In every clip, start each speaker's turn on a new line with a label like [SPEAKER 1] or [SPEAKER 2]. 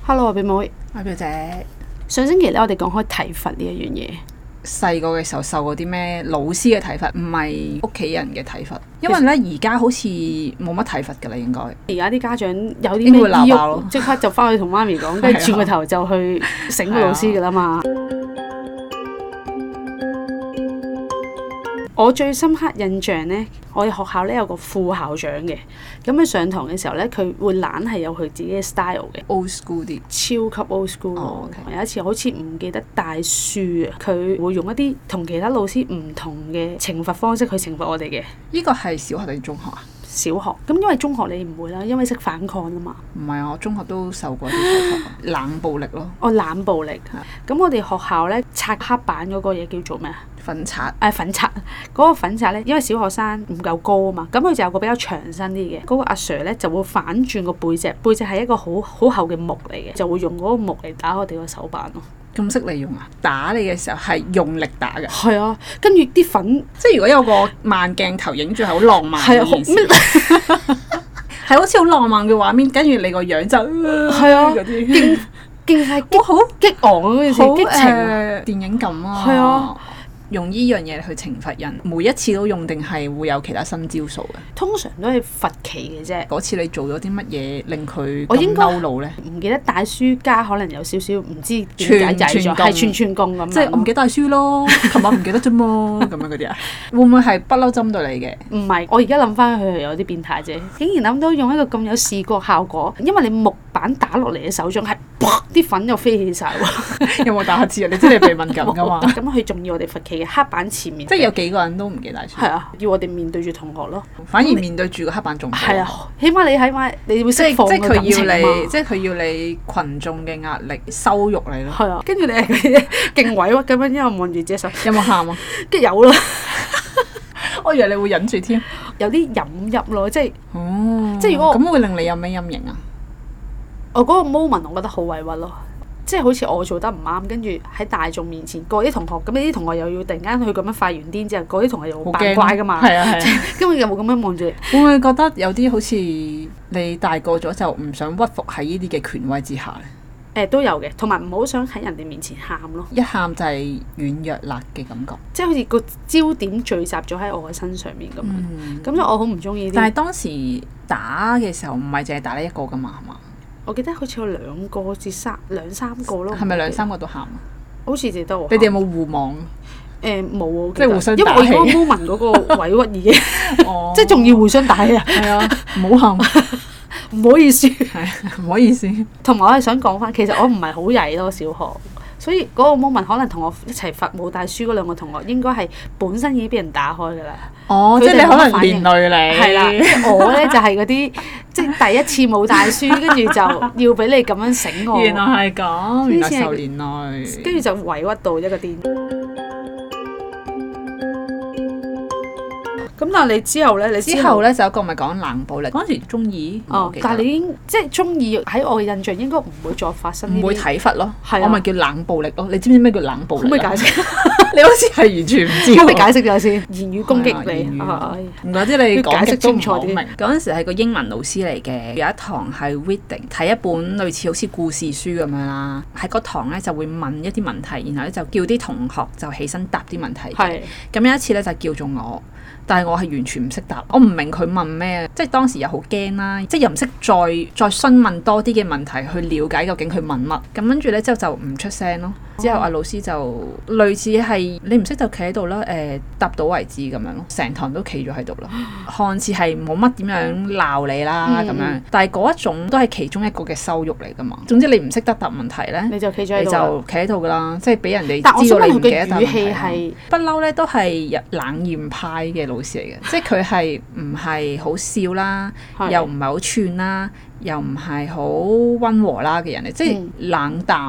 [SPEAKER 1] Hello 啊，表妹。
[SPEAKER 2] 喂，表姐，
[SPEAKER 1] 上星期咧，我哋講開體罰呢一樣嘢，
[SPEAKER 2] 細個嘅時候受過啲咩老師嘅體罰，唔係屋企人嘅體罰，因為咧而家好似冇乜體罰㗎啦，應該
[SPEAKER 1] 而家啲家長有啲
[SPEAKER 2] 應該會
[SPEAKER 1] 咩
[SPEAKER 2] 鬧
[SPEAKER 1] 醫
[SPEAKER 2] 爆咯啊
[SPEAKER 1] 郁，即刻就翻去同媽咪講，跟住轉個頭就去醒個老師噶啦嘛。我最深刻印象呢，我哋學校呢有個副校長嘅，咁佢上堂嘅時候呢，佢會懶係有佢自己嘅 style 嘅。
[SPEAKER 2] old school 啲。
[SPEAKER 1] 超級 old school 咯
[SPEAKER 2] 哦，OK
[SPEAKER 1] 有一次好似唔記得帶書啊，佢會用一啲同其他老師唔同嘅懲罰方式去懲罰我哋嘅
[SPEAKER 2] 呢個係小學定中學啊？
[SPEAKER 1] 小學。咁因為中學你唔會啦，因為識反抗啊嘛。
[SPEAKER 2] 唔係啊，我中學都受過啲體罰，冷暴力咯，
[SPEAKER 1] 我冷暴力，咁我哋學校呢，擦黑板嗰個嘢叫做咩啊？
[SPEAKER 2] 粉刷。
[SPEAKER 1] 誒粉刷嗰、個粉刷呢，因為小學生唔夠高啊嘛，咁佢就有個比較長身啲嘅，嗰、個阿 Sir 呢就會反轉個背脊，背脊係一個好好厚嘅木嚟嘅，就會用嗰個木嚟打我哋個手板咯。
[SPEAKER 2] 咁識利用啊！打你嘅時候係用力打嘅，
[SPEAKER 1] 係啊，跟住啲粉
[SPEAKER 2] 即係如果有個慢鏡頭影住係好浪漫
[SPEAKER 1] 係
[SPEAKER 2] 嘅
[SPEAKER 1] 啊，好
[SPEAKER 2] 件事， 係好似好浪漫嘅畫面，跟住你個樣就係
[SPEAKER 1] 係啊
[SPEAKER 2] 嗰啲。
[SPEAKER 1] 勁勁係激
[SPEAKER 2] 好
[SPEAKER 1] 激昂嗰件事，
[SPEAKER 2] 好
[SPEAKER 1] 激情啊。
[SPEAKER 2] 誒電影咁啊，
[SPEAKER 1] 係啊，
[SPEAKER 2] 用呢樣嘢去懲罰人，每一次都用定係會有其他新招數嘅。
[SPEAKER 1] 通常都係罰企嘅啫。
[SPEAKER 2] 嗰次你做咗啲乜嘢令佢
[SPEAKER 1] 我應
[SPEAKER 2] 咁
[SPEAKER 1] 該
[SPEAKER 2] 嬲怒咧？
[SPEAKER 1] 唔記得帶書家可能有少少唔知點解曳咗，係
[SPEAKER 2] 串串貢
[SPEAKER 1] 串串貢咁樣。
[SPEAKER 2] 即係我唔記得帶書 咯，琴晚唔記得啫嘛，咁樣嗰啲啊，會唔會係不嬲針對你嘅？
[SPEAKER 1] 唔係，我而家諗翻佢係有啲變態啫，竟然諗到用一個咁有視覺效果，因為你木板打落嚟嘅手掌係，啪啲粉就飛起晒喎。
[SPEAKER 2] 有冇打乞嗤啊？你知你鼻敏感 噶嘛？
[SPEAKER 1] 咁佢仲要我哋罰企嘅黑板前面，
[SPEAKER 2] 即係有幾個人都唔記得帶書
[SPEAKER 1] 係，啊，要我哋面對住同學咯。
[SPEAKER 2] 反而面對住個黑板仲多
[SPEAKER 1] 係，啊，起碼你起碼你會
[SPEAKER 2] 即
[SPEAKER 1] 釋
[SPEAKER 2] 係
[SPEAKER 1] 放
[SPEAKER 2] 即係
[SPEAKER 1] 個
[SPEAKER 2] 佢
[SPEAKER 1] 感情啊
[SPEAKER 2] 要你，
[SPEAKER 1] 嘛。
[SPEAKER 2] 即係佢要你群眾嘅壓力羞辱你咯。
[SPEAKER 1] 係啊，跟住你係嗰啲勁委屈咁樣，因為望住自己手，
[SPEAKER 2] 有冇喊啊？
[SPEAKER 1] 跟住有啦，
[SPEAKER 2] 我以為你會忍住添。
[SPEAKER 1] 有啲飲泣咯，即係
[SPEAKER 2] 哦，
[SPEAKER 1] 即係如果我
[SPEAKER 2] 咁會令你有咩陰影啊？
[SPEAKER 1] 我哦嗰個 moment 我覺得好委屈咯，即係好似我做得唔啱，跟住喺大眾面前，嗰啲同學咁，呢啲同學又要突然間去咁樣發完癲之後，嗰啲同學又
[SPEAKER 2] 好
[SPEAKER 1] 會扮乖噶嘛，
[SPEAKER 2] 係啊 係啊，
[SPEAKER 1] 根本又冇咁樣望住你，
[SPEAKER 2] 會唔會覺得有啲好似你大個咗就唔想屈服喺呢啲嘅權威之下咧？
[SPEAKER 1] 誒都有嘅，同埋唔好想喺人哋面前喊咯，
[SPEAKER 2] 一喊就係軟弱辣嘅感覺。
[SPEAKER 1] 即係好似個焦點聚集咗喺我嘅身上面咁樣，咁所以我好唔中意呢
[SPEAKER 2] 嗯但係
[SPEAKER 1] 啲。
[SPEAKER 2] 當時打嘅時候唔係淨係打呢一個噶嘛，係嘛？
[SPEAKER 1] 我記得好似有兩個至三兩三個咯，
[SPEAKER 2] 係咪兩？三個都喊啊？
[SPEAKER 1] 好似淨得我喊。
[SPEAKER 2] 你哋有冇 互望？
[SPEAKER 1] 誒冇啊我記
[SPEAKER 2] 即係
[SPEAKER 1] 得
[SPEAKER 2] 互相
[SPEAKER 1] 因為我
[SPEAKER 2] 打氣
[SPEAKER 1] 嗰個 moment 嗰個委屈已經，
[SPEAKER 2] 哦
[SPEAKER 1] 即係仲要互相打氣啊，
[SPEAKER 2] 係 啊，唔好喊，
[SPEAKER 1] 唔好意思。
[SPEAKER 2] 係唔好意思。
[SPEAKER 1] 同埋我係想講翻，其實我唔係好曳咯，小學。所以嗰個 moment 可能同我一齊罰冇帶書嗰兩個同學，應該係本身已經俾人打開㗎啦。
[SPEAKER 2] 哦，
[SPEAKER 1] 佢
[SPEAKER 2] 即
[SPEAKER 1] 哋
[SPEAKER 2] 係你可
[SPEAKER 1] 冇乜
[SPEAKER 2] 能
[SPEAKER 1] 反應
[SPEAKER 2] 連累你。
[SPEAKER 1] 係啦，即係我咧就係嗰 啲即係第一次冇帶書，跟住就要俾你咁樣醒我，
[SPEAKER 2] 原來係咁，原
[SPEAKER 1] 呢
[SPEAKER 2] 來
[SPEAKER 1] 次係
[SPEAKER 2] 受連累。
[SPEAKER 1] 跟住就委屈到一個癲。咁但係你之後咧，你
[SPEAKER 2] 之後咧就有一個咪講冷暴力，嗰陣時中意。
[SPEAKER 1] 哦
[SPEAKER 2] 我記，得
[SPEAKER 1] 但係你已經即係中意喺我嘅印象應該唔會再發生呢
[SPEAKER 2] 唔
[SPEAKER 1] 啲。
[SPEAKER 2] 會體罰咯，
[SPEAKER 1] 係啊
[SPEAKER 2] 我咪叫冷暴力咯。你知唔知咩叫冷暴
[SPEAKER 1] 可唔可以解
[SPEAKER 2] 力啊？
[SPEAKER 1] 釋？
[SPEAKER 2] 你好似 係完全唔知喎。
[SPEAKER 1] 可唔可以解釋咗先？言語攻擊你
[SPEAKER 2] 係啊
[SPEAKER 1] 啊！
[SPEAKER 2] 唔怪之你
[SPEAKER 1] 要
[SPEAKER 2] 講
[SPEAKER 1] 解釋
[SPEAKER 2] 極都
[SPEAKER 1] 清
[SPEAKER 2] 唔
[SPEAKER 1] 楚
[SPEAKER 2] 好
[SPEAKER 1] 啲
[SPEAKER 2] 明。嗰陣時係個英文老師嚟嘅，有一堂係 reading，睇一本類似好似故事書咁樣啦。喺個堂咧就會問一啲問題，然後咧就叫啲同學就起身答啲問題。
[SPEAKER 1] 係
[SPEAKER 2] 咁有一次咧就叫中我，但係我係完全唔識答，我唔明佢問咩，即係當時又好驚啦，即係又唔識再再詢問多啲嘅問題去了解究竟佢問乜，咁跟住咧之後就唔出聲咯。之後阿老師就類似係你唔識就企喺度啦，誒、答到為止咁樣咯，成堂都企咗喺度 啦，看似係冇乜點樣鬧你啦咁樣
[SPEAKER 1] 嗯，
[SPEAKER 2] 但係嗰一種都係其中一個嘅羞辱嚟噶嘛。總之你唔識得答問題咧，
[SPEAKER 1] 你就企咗
[SPEAKER 2] 你
[SPEAKER 1] 喺
[SPEAKER 2] 就
[SPEAKER 1] 度啦。
[SPEAKER 2] 企喺度噶啦，即係俾人
[SPEAKER 1] 但我
[SPEAKER 2] 哋知
[SPEAKER 1] 想
[SPEAKER 2] 道
[SPEAKER 1] 問
[SPEAKER 2] 你
[SPEAKER 1] 佢
[SPEAKER 2] 唔記得
[SPEAKER 1] 嘅
[SPEAKER 2] 答
[SPEAKER 1] 語
[SPEAKER 2] 問題啊
[SPEAKER 1] 氣
[SPEAKER 2] 啦。
[SPEAKER 1] 係
[SPEAKER 2] 不嬲咧都係冷豔派嘅老師嚟嘅，即係佢係唔係好笑啦，
[SPEAKER 1] 係
[SPEAKER 2] 又唔係好串啦，又唔係好温和啦嘅人嚟，即係冷淡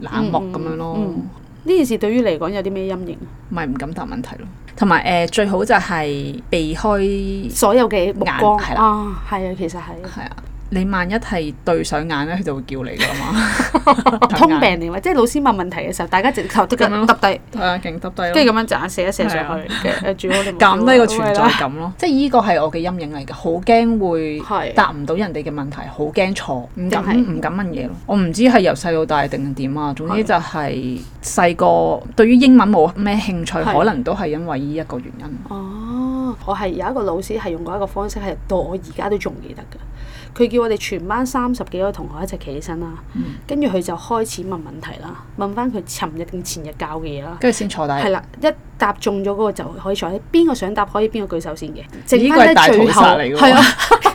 [SPEAKER 2] 冷漠咁樣咯，
[SPEAKER 1] 嗯呢件事對於你嚟講有啲咩陰影？
[SPEAKER 2] 咪唔敢答問題咯。同埋誒最好就係避開
[SPEAKER 1] 所有嘅目光
[SPEAKER 2] 眼係啦
[SPEAKER 1] 啊，係啊，其實係
[SPEAKER 2] 係啊，你萬一係對上眼咧，佢就會叫你噶嘛。
[SPEAKER 1] 通病嚟喎，即係老師問問題嘅時候，大家直頭即刻
[SPEAKER 2] 咁樣
[SPEAKER 1] 揼低，
[SPEAKER 2] 係啊，勁耷低咯啊
[SPEAKER 1] 跟住咁樣就眼射一射上去，跟住誒呃住好你冇啊
[SPEAKER 2] 減低個存
[SPEAKER 1] 係
[SPEAKER 2] 在
[SPEAKER 1] 啦
[SPEAKER 2] 感咯。即係依個係我嘅陰影嚟嘅，好驚會
[SPEAKER 1] 係
[SPEAKER 2] 答唔到人哋嘅問題，好驚錯，
[SPEAKER 1] 真
[SPEAKER 2] 唔
[SPEAKER 1] 係
[SPEAKER 2] 敢唔敢問嘢咯。我唔知係由細到大定點啊，總之就係細個對於英文冇咩興趣，
[SPEAKER 1] 係
[SPEAKER 2] 可能都係因為依一個原因。
[SPEAKER 1] 哦，我係有一個老師係用過一個方式，係到我而家都仲記得㗎。佢叫我哋全班三十幾個同學一齊企起身啦，
[SPEAKER 2] 嗯
[SPEAKER 1] 跟住佢就開始問問題啦，問翻佢尋日定前日教嘅嘢啦。
[SPEAKER 2] 跟住先坐低。
[SPEAKER 1] 係啦，一答中咗嗰個就可以坐低，邊個想答可以邊個舉手先嘅，剩
[SPEAKER 2] 咦
[SPEAKER 1] 翻
[SPEAKER 2] 呢個係大
[SPEAKER 1] 低最
[SPEAKER 2] 屠
[SPEAKER 1] 後
[SPEAKER 2] 殺嚟㗎喎
[SPEAKER 1] 係啊，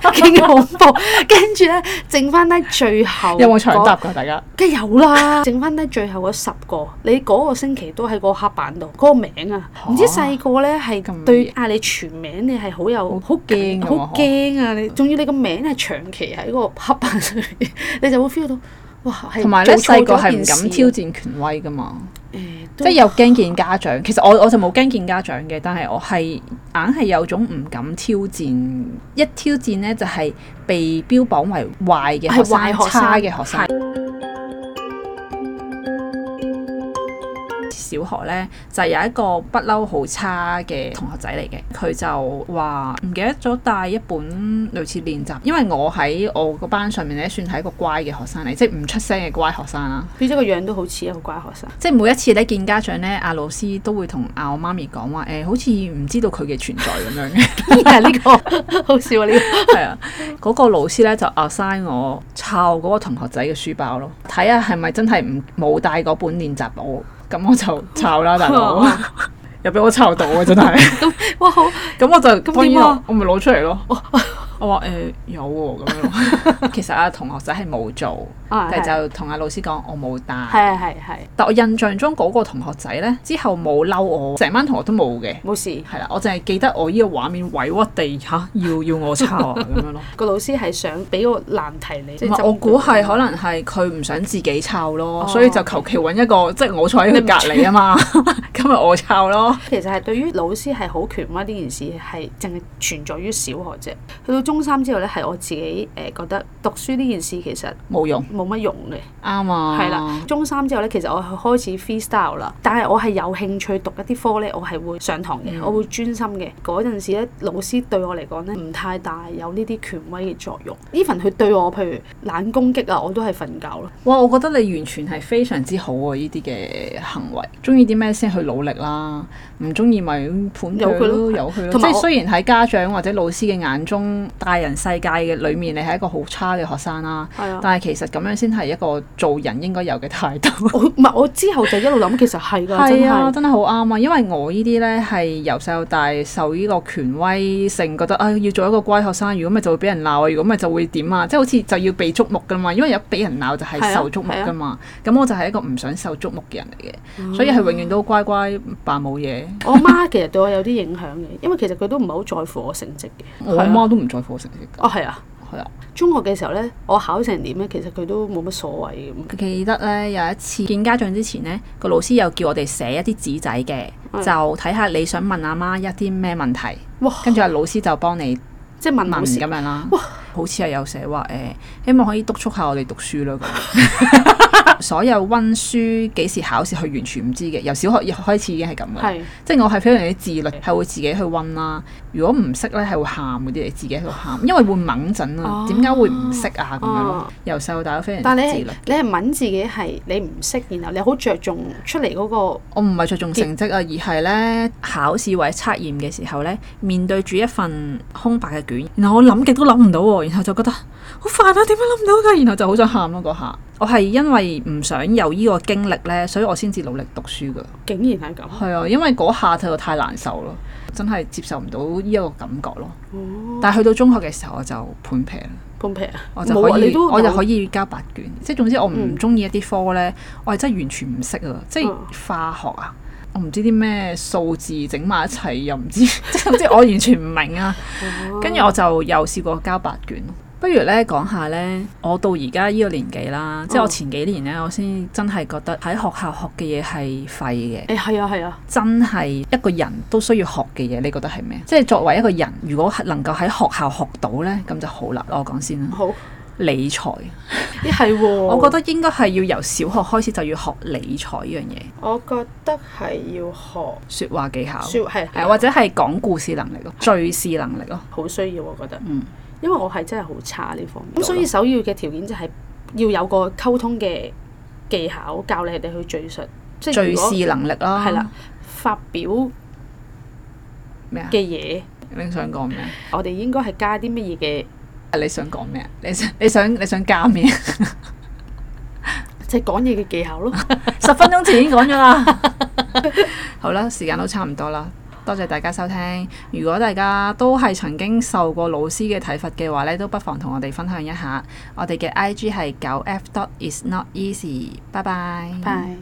[SPEAKER 1] 勁恐怖。跟住咧，剩翻低最後
[SPEAKER 2] 有冇長
[SPEAKER 1] 嗰
[SPEAKER 2] 答㗎？大家
[SPEAKER 1] 梗係有啦，剩翻低最後嗰十個，你嗰個星期都喺嗰個黑板度，嗰、個名啊，唔知
[SPEAKER 2] 嚇
[SPEAKER 1] 細個咧係
[SPEAKER 2] 咁
[SPEAKER 1] 對
[SPEAKER 2] 嘢
[SPEAKER 1] 嗌你全名，你係好有
[SPEAKER 2] 好驚㗎喎
[SPEAKER 1] 好驚啊！你仲要你個名係長期喺個黑板上面， 你就會 feel 到哇，係
[SPEAKER 2] 同埋咧
[SPEAKER 1] 做錯
[SPEAKER 2] 細個
[SPEAKER 1] 咗
[SPEAKER 2] 係唔
[SPEAKER 1] 件事
[SPEAKER 2] 敢
[SPEAKER 1] 啊
[SPEAKER 2] 挑戰權威㗎嘛。
[SPEAKER 1] 誒，
[SPEAKER 2] 即
[SPEAKER 1] 都
[SPEAKER 2] 係又驚見家長，其實我我就冇驚見家長嘅，但係我係硬係有種唔敢挑戰，一挑戰呢，就係、被標榜為壞嘅學
[SPEAKER 1] 係壞學
[SPEAKER 2] 生、
[SPEAKER 1] 生
[SPEAKER 2] 差嘅學生。小學呢，就有一個不嬲好差嘅同學仔嚟嘅，佢就話唔記得咗帶一本類似練習，因為我喺我個班上面呢，算係一個乖嘅學生嚟，即係唔出聲嘅乖學生啦。
[SPEAKER 1] 佢咗個樣都好似一個乖學生，
[SPEAKER 2] 即係每一次咧見家長咧，阿老師都會同阿我媽咪講話，誒、好似唔知道佢嘅存在咁樣 嘅，
[SPEAKER 1] 係 呢個好笑啊！呢個
[SPEAKER 2] 係啊，嗰個老師咧就 assign 我抄嗰個同學仔嘅書包咯，睇下係咪真係唔冇帶嗰本練習簿，咁我就抄啦，大 佬，又俾我抄到啊，真係，
[SPEAKER 1] 哇好
[SPEAKER 2] 咁我就
[SPEAKER 1] 咁點啊
[SPEAKER 2] 我咪攞出嚟咯， 我話誒、有喎、咁樣咯， 其實阿同學仔係冇 做，
[SPEAKER 1] 啊
[SPEAKER 2] 但
[SPEAKER 1] 係
[SPEAKER 2] 係就同阿老師講我冇帶。
[SPEAKER 1] 係係係
[SPEAKER 2] 但我印象中嗰個同學仔呢，之後冇嬲我，成班同學都冇嘅。
[SPEAKER 1] 冇事。
[SPEAKER 2] 係啦，我淨係記得我呢個畫面委屈地嚇、要要我 抄啊咁樣咯。
[SPEAKER 1] 個老師係想俾個難題你，即
[SPEAKER 2] 唔
[SPEAKER 1] 係
[SPEAKER 2] 係
[SPEAKER 1] 針
[SPEAKER 2] 我估係
[SPEAKER 1] 對
[SPEAKER 2] 可能係佢唔想自己抄咯，
[SPEAKER 1] 哦
[SPEAKER 2] 所以就求其揾一個，即係我坐喺佢隔離啊 嘛，咁咪我抄咯。
[SPEAKER 1] 其實係對於老師係好權威呢件事係淨係存在於小學啫，去到中三之後咧係我自己誒、呃、覺得讀書呢件事其實
[SPEAKER 2] 冇用，
[SPEAKER 1] 冇乜用嘅，
[SPEAKER 2] 啱啊。
[SPEAKER 1] 係啦、中三之後咧其實我係開始 freestyle 啦，但係我係有興趣讀一啲科咧，我係會上堂
[SPEAKER 2] 嗯
[SPEAKER 1] 嘅，我會專心嘅。嗰陣時咧，老師對我嚟講咧唔太大有呢啲權威嘅作用，even 佢對我譬如冷攻擊啊，我都係瞓覺咯。
[SPEAKER 2] 哇！我覺得你完全係非常之好喎、呢啲嘅行為，中意啲咩先去努力啦，唔中意咪盤
[SPEAKER 1] 由佢咯
[SPEAKER 2] 由佢咯。
[SPEAKER 1] 同
[SPEAKER 2] 即
[SPEAKER 1] 埋
[SPEAKER 2] 係
[SPEAKER 1] 我
[SPEAKER 2] 雖然喺家長或者老師嘅眼中，大人世界嘅裡面，你係一個好差嘅學生啦，
[SPEAKER 1] 係啊。
[SPEAKER 2] 但係其實咁樣先係一個做人應該有嘅態度。
[SPEAKER 1] 我唔係我之後就一路諗，其實係㗎，真
[SPEAKER 2] 係啊，
[SPEAKER 1] 係
[SPEAKER 2] 真係好啱啊！因為我呢啲呢係由細到大受呢個權威性，覺得啊、要做一個乖學生，如果咪就會俾人鬧啊，如果咪就會點啊，即係好似就要被矚目噶嘛，因為有俾人鬧就係
[SPEAKER 1] 係啊
[SPEAKER 2] 受矚目噶嘛。咁、我就係一啊嗯個唔想受矚目嘅人嚟嘅，所以係永遠都乖乖扮冇嘢。
[SPEAKER 1] 我媽其實對我有啲影響嘅，因為其實佢都唔係好在乎我成績嘅。
[SPEAKER 2] 我阿
[SPEAKER 1] 係啊
[SPEAKER 2] 媽都唔在乎我成績㗎，
[SPEAKER 1] 哦，係啊！
[SPEAKER 2] 係啊。
[SPEAKER 1] 中學嘅時候咧，我考成點咧，其實佢都冇乜所謂咁。
[SPEAKER 2] 記得咧有一次見家長之前呢，個老師有叫我哋寫一啲紙仔嘅，
[SPEAKER 1] 嗯
[SPEAKER 2] 就睇下你想問阿媽一啲咩問題，
[SPEAKER 1] 哇！
[SPEAKER 2] 跟住阿老師就幫你
[SPEAKER 1] 即係問
[SPEAKER 2] 問
[SPEAKER 1] 老
[SPEAKER 2] 咁
[SPEAKER 1] 師，
[SPEAKER 2] 樣啦。好似係有寫話誒，希望可以督促下我哋讀書啦。咁 樣所有温書幾時考試，佢完全唔知嘅。由小學開始已經係咁嘅，
[SPEAKER 1] 係
[SPEAKER 2] 即係我係非常之自律，係會自己去温啦。如果唔識咧，係會喊嗰啲嚟，自己喺度喊，因為會掹陣啊
[SPEAKER 1] 哦。
[SPEAKER 2] 點解會唔識啊？咁樣咯
[SPEAKER 1] 哦，
[SPEAKER 2] 由細到大都非常
[SPEAKER 1] 但
[SPEAKER 2] 之
[SPEAKER 1] 係
[SPEAKER 2] 自
[SPEAKER 1] 你
[SPEAKER 2] 律
[SPEAKER 1] 係。你係問自己係你唔識，然後你好着重出嚟嗰個
[SPEAKER 2] 我唔係着重成績啊，而係咧考試或者測驗嘅時候咧，面對住一份空白嘅卷，然後我諗極都諗唔到喎，然後就覺得好煩啊，點解諗唔到㗎？然後就好想喊咯嗰下。我係因為唔想有呢個經歷咧，所以我先至努力讀書㗎。
[SPEAKER 1] 竟然係咁。
[SPEAKER 2] 係啊，因為嗰下就太難受咯，真係接受唔到呢一個感覺咯。
[SPEAKER 1] 哦，
[SPEAKER 2] 但係去到中學嘅時候，我就判平啦。
[SPEAKER 1] 咁平啊！
[SPEAKER 2] 我就
[SPEAKER 1] 冇
[SPEAKER 2] 可
[SPEAKER 1] 啊，你
[SPEAKER 2] 以，
[SPEAKER 1] 都
[SPEAKER 2] 我就可
[SPEAKER 1] 以
[SPEAKER 2] 以交白卷。即係總之，我唔
[SPEAKER 1] 嗯
[SPEAKER 2] 中意一啲科呢，我係真係完全唔識啊！即係
[SPEAKER 1] 嗯
[SPEAKER 2] 化學啊，我唔知啲咩數字整埋一齊，又唔知， 即係總之我完全唔明啊！
[SPEAKER 1] 哦
[SPEAKER 2] 跟住我就又試過交白卷咯。不如呢講下呢，我到而家呢個年紀啦，即係我
[SPEAKER 1] 嗯
[SPEAKER 2] 前幾年呢，我先真係覺得喺學校學嘅嘢係廢嘅。
[SPEAKER 1] 誒係啊係啊，
[SPEAKER 2] 真係一個人都需要學嘅嘢，你覺得係 咩？即係作為一個人，如果能夠喺學校學到呢，咁就好啦。我講先啦。
[SPEAKER 1] 好
[SPEAKER 2] 理財。
[SPEAKER 1] 咦係喎，
[SPEAKER 2] 我覺
[SPEAKER 1] 得
[SPEAKER 2] 得應該係要由小學開始就要學理財呢樣嘢，
[SPEAKER 1] 我覺得係要學
[SPEAKER 2] 説話技巧，
[SPEAKER 1] 説哦係
[SPEAKER 2] 係或者係講故事能力咯，敘事能力咯。
[SPEAKER 1] 好需要，我覺得，
[SPEAKER 2] 嗯
[SPEAKER 1] 因為我係真係好差呢方面。咁所以首要嘅條件就係要有個溝通嘅技巧，教你哋去敘述，即係
[SPEAKER 2] 敘
[SPEAKER 1] 如果
[SPEAKER 2] 事能力啦，
[SPEAKER 1] 係啦，發表
[SPEAKER 2] 咩啊？
[SPEAKER 1] 嘅嘢，
[SPEAKER 2] 你想講咩啊？
[SPEAKER 1] 我哋應該係加啲乜嘢嘅，
[SPEAKER 2] 你想講咩啊？你想你想你想加咩啊？
[SPEAKER 1] 即係講嘢嘅技巧 咯。
[SPEAKER 2] 十分鐘前已經講咗啦。 好啦，時間都差唔多啦，多謝大家收聽。如果大家都係曾經受過老師嘅體罰嘅話咧，都不妨同我哋分享一下。我哋嘅 I G 係九 F dot is not easy。拜拜。
[SPEAKER 1] 拜。